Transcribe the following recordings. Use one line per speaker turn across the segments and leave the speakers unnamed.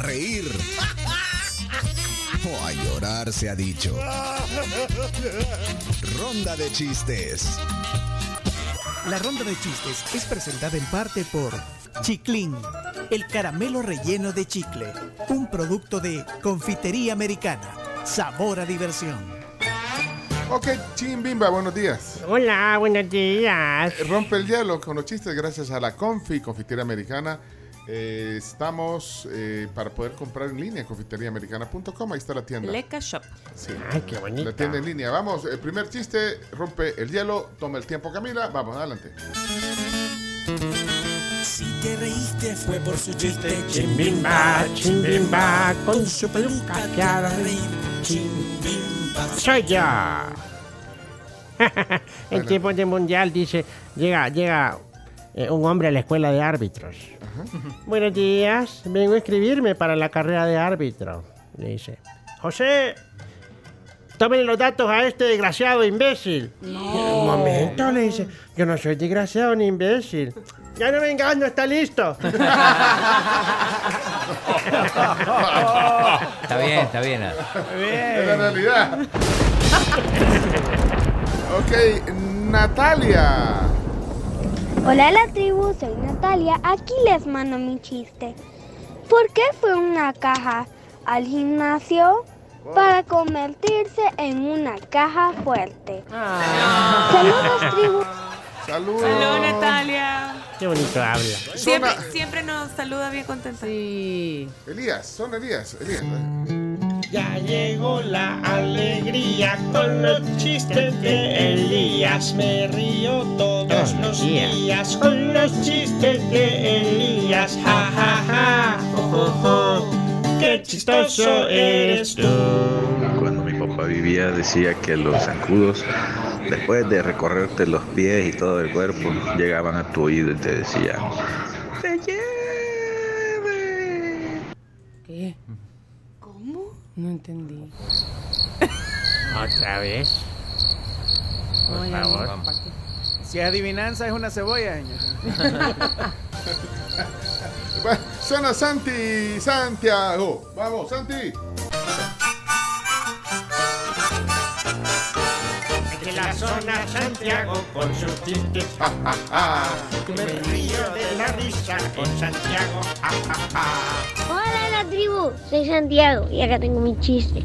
reír o a llorar se ha dicho. Ronda de chistes.
La ronda de chistes es presentada en parte por Chiclín, el caramelo relleno de chicle, un producto de confitería americana. Sabor a diversión.
Ok, Chimbimba, buenos días.
Hola, buenos días.
Eh, Rompe el hielo con los chistes gracias a la Confi, Confitería Americana. Eh, estamos eh, para poder comprar en línea en confiteriaamericana.com. Ahí está la tienda.
Leca Shop.
Sí.
Ay, qué bonito.
La tienda en línea. Vamos, el primer chiste, rompe el hielo, toma el tiempo Camila, vamos, adelante.
Si te reíste fue por su chiste.
Chimbimba, chimbimba, con su peluca
Nunca
que
te hará
hará
reír. Chimbimba.
Soy yo. en tiempos de mundial dice, llega, llega eh, un hombre a la escuela de árbitros. Buenos días, vengo a inscribirme para la carrera de árbitro. Le dice, José, tomen los datos a este desgraciado imbécil. Un momento, le dice, yo no soy desgraciado ni imbécil. Ya no vengas, no está listo.
Está bien, está bien. ah,
Es la realidad. ok, Natalia.
Hola la tribu, soy Natalia. Aquí les mando mi chiste. ¿Por qué fue una caja al gimnasio para convertirse en una caja fuerte? Saludos tribu.
Saludos.
Hola, Natalia.
Qué bonito habla.
Siempre,
Zona-
siempre nos saluda bien contenta.
Sí.
Elías, son Elías. Elías. ¿eh?
Ya llegó la alegría con los chistes de Elías. Me río todos los días con los chistes de Elías. Ja, ja, ja. Jo, jo, jo. Qué chistoso eres tú.
Cuando mi papá vivía decía que los zancudos, después de recorrerte los pies y todo el cuerpo, llegaban a tu oído y te decían, ¡Te lleve!
¿Qué?
¿Cómo?
No entendí.
Otra vez.
Por
favor.
Si es adivinanza, es una cebolla, señor.
Bueno, suena Santi, Santiago. Vamos, Santi.
De la zona Santiago con sus chistes. Ja, ja, ja. Me río de la risa con Santiago. Ja, ja, ja.
Hola la tribu, soy Santiago y acá tengo mi chiste.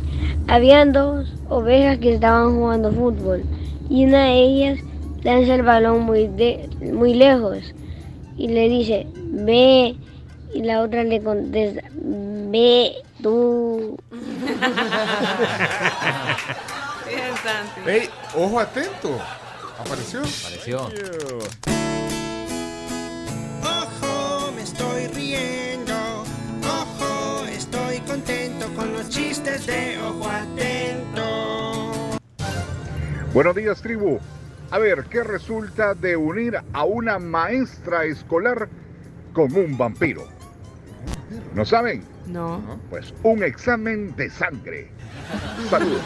Habían dos ovejas que estaban jugando fútbol y una de ellas lanza el balón muy, de, muy lejos y le dice, ve, y la otra le contesta, ve tú.
Bien, Santi.
Ey, ojo atento. Apareció.
Pareció.
Ojo, me estoy riendo. Ojo, estoy contento con los chistes de Ojo Atento.
Buenos días, tribu. A ver, ¿qué resulta de unir a una maestra escolar con un vampiro? ¿No saben?
No.
Pues un examen de sangre. Saludos.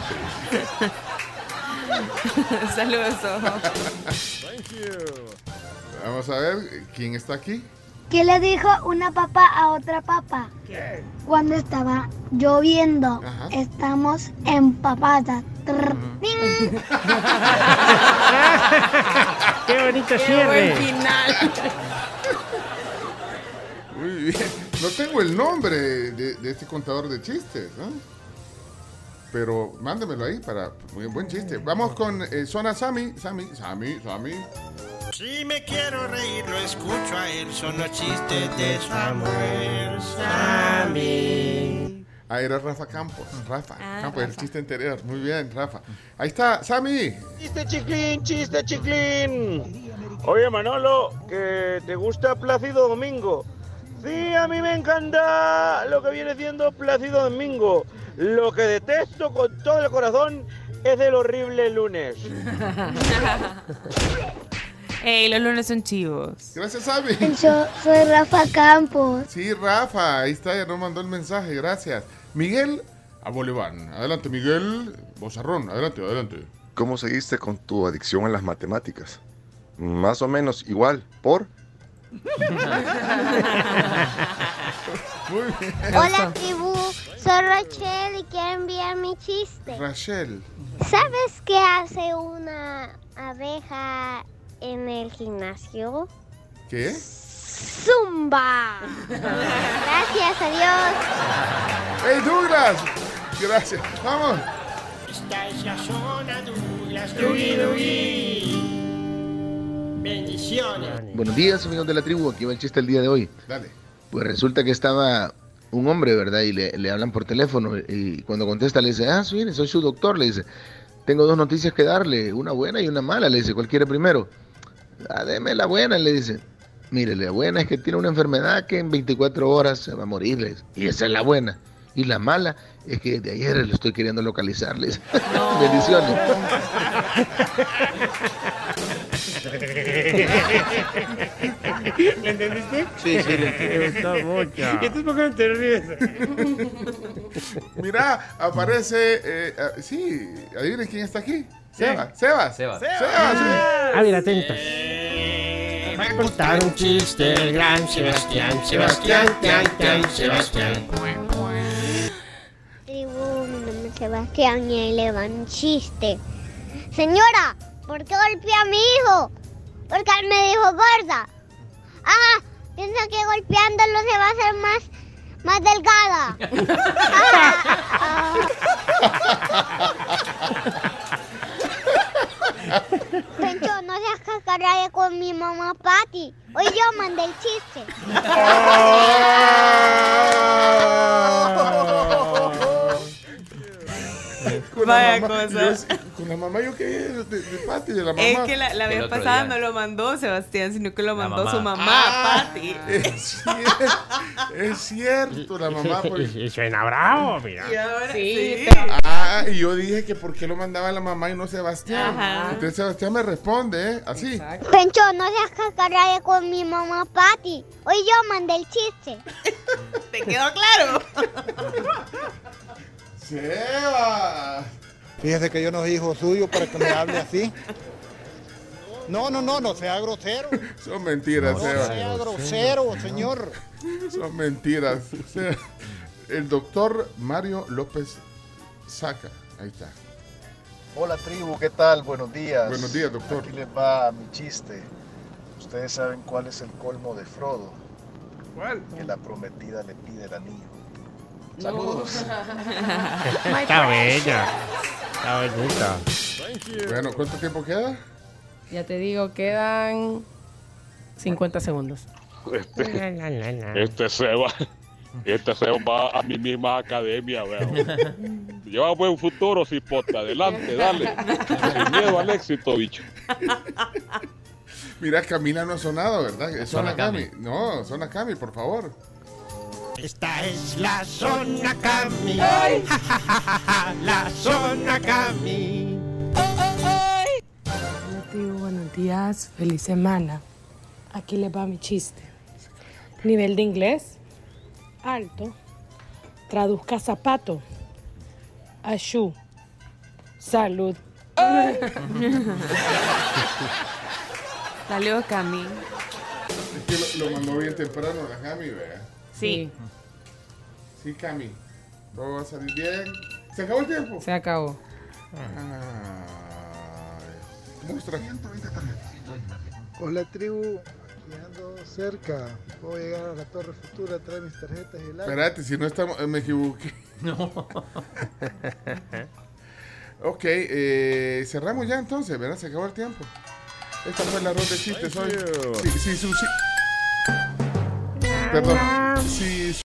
Saludos, ojo.
Vamos a ver quién está aquí.
¿Qué le dijo una papa a otra papa? Cuando estaba lloviendo,
Ajá.
estamos empapadas.
Qué bonito
Qué buen
cierre.
final.
Muy bien. No tengo el nombre de, de este contador de chistes, ¿no? Pero mándemelo ahí para. Muy buen chiste. Vamos con eh, Zona Sami. Sami, Sami, Sami.
Si me quiero reír, lo escucho a él. Son los chistes de Samuel Sammy.
Ah, era Rafa Campos. Rafa
Ah,
Campos, el
Rafa.
chiste anterior. Muy bien, Rafa. Ahí está, Sami.
Chiste chiclín, chiste chiclín. Oye Manolo, que te gusta Plácido Domingo. Sí, a mí me encanta lo que viene siendo Plácido Domingo. Lo que detesto con todo el corazón es el horrible lunes.
Ey, los lunes son chivos.
Gracias, Sami.
Yo soy Rafa Campos.
Sí, Rafa. Ahí está, ya nos mandó el mensaje. Gracias. Miguel ah, a Boliván. Adelante, Miguel. Bozarrón. Adelante, adelante.
¿Cómo seguiste con tu adicción a las matemáticas? Más o menos igual, por
Muy bien.
Hola tribu, soy Rachel y quiero enviar mi chiste.
Rachel.
¿Sabes qué hace una abeja en el gimnasio?
¿Qué?
¡Zumba! Gracias, adiós.
¡Hey, Douglas! Gracias. Vamos.
Esta es la zona Douglas, Dugui Dugui. Bendiciones.
Buenos días, amigos de la tribu. Aquí va el chiste el día de hoy.
Dale.
Pues resulta que estaba un hombre, ¿verdad? Y le, le hablan por teléfono. Y cuando contesta, le dice: Ah, sí, mire, soy su doctor. Le dice: Tengo dos noticias que darle, una buena y una mala. Le dice: ¿Cuál quiere primero? Ah, deme la buena, le dice. Mire, la buena es que tiene una enfermedad que en 24 horas se va a morir. le dice. Y esa es la buena. Y la mala es que de ayer lo estoy queriendo localizar. le dice. Bendiciones.
¿Le entendiste?
Sí, sí, le entendí.
Me gustó mucho.
¿Y entonces
por qué no te ríes?
Mira, aparece. eh, ah, sí, adivinen quién está aquí. Sebas. Sebas. Sebas.
Ah, mira, atentos.
Va a contar un chiste Eh, el gran Sebastián, Sebastián, Tian, Tian, Sebastián.
Tribu, mi nombre es Sebastián y ahí le va un chiste. Señora, ¿por qué golpeó a mi hijo? Porque él me dijo gorda. Ah, piensa que golpeándolo se va a hacer más, más delgada. Pencho, no seas cascarraya con mi mamá Patty. Hoy yo mandé el chiste.
Con la
Vaya
mamá,
cosa.
yo sí- con la mamá, yo quería de, de, de Pati, de la mamá.
Es que la, la vez pasada no lo mandó Sebastián, sino que lo mandó su
mamá.
mamá,
Ah.
Patty.
Es, es cierto, la mamá. pues.
Y suena bravo, mira.
Y ahora sí.
Ah, y yo dije que por qué lo mandaba la mamá y no Sebastián.
Ajá.
Entonces Sebastián me responde, ¿eh? Así.
Pencho, no seas cascarraya con mi mamá Patty. Hoy yo mandé el chiste.
¿Te quedó claro?
Sebas.
Fíjese que yo no soy hijo suyo para que me hable así. No, no, no, no sea grosero.
Son mentiras,
No
Sebas.
sea grosero, señor.
Son mentiras. Sebas. El doctor Mario López Saca. Ahí está.
Hola tribu, ¿qué tal? Buenos días.
Buenos días, doctor.
Aquí les va mi chiste. Ustedes saben cuál es el colmo de Frodo. ¿Cuál? Que la prometida le pide el anillo. Saludos.
Está bella. Está bonita.
Bueno, ¿cuánto tiempo queda?
Ya te digo, quedan 50 segundos.
La, la, la, la.
Este Seba, este Seba va a mi misma academia, weón. Lleva buen futuro, Cipota. Adelante, dale. Sin miedo al éxito, bicho.
Mira, Camila no ha sonado, ¿verdad? Es
Sona
Sona Cami. No, Sona Cami, por favor.
Esta es la zona Cami. Ja, ja, ja, ja, ja, La zona Cami.
Hola, tío, buenos días, feliz semana. Aquí les va mi chiste. Nivel de inglés alto. Traduzca zapato a shoe. Salud.
Salió Cami.
Es que lo, lo mandó bien temprano la Cami, vea.
Sí.
Sí, Cami. Todo va a salir bien. ¿Se acabó el tiempo?
Se acabó.
Ah, Ay, muestra.
Hola tribu, aquí ando cerca. Voy a llegar a la Torre Futura, traer mis tarjetas y el agua.
Espérate, si no estamos. eh, Me equivoqué. No. ok, eh, cerramos ya entonces, ¿verdad? Se acabó el tiempo. Esta fue la ronda de chistes hoy. Sí, sí, su- sí. Perdón. Si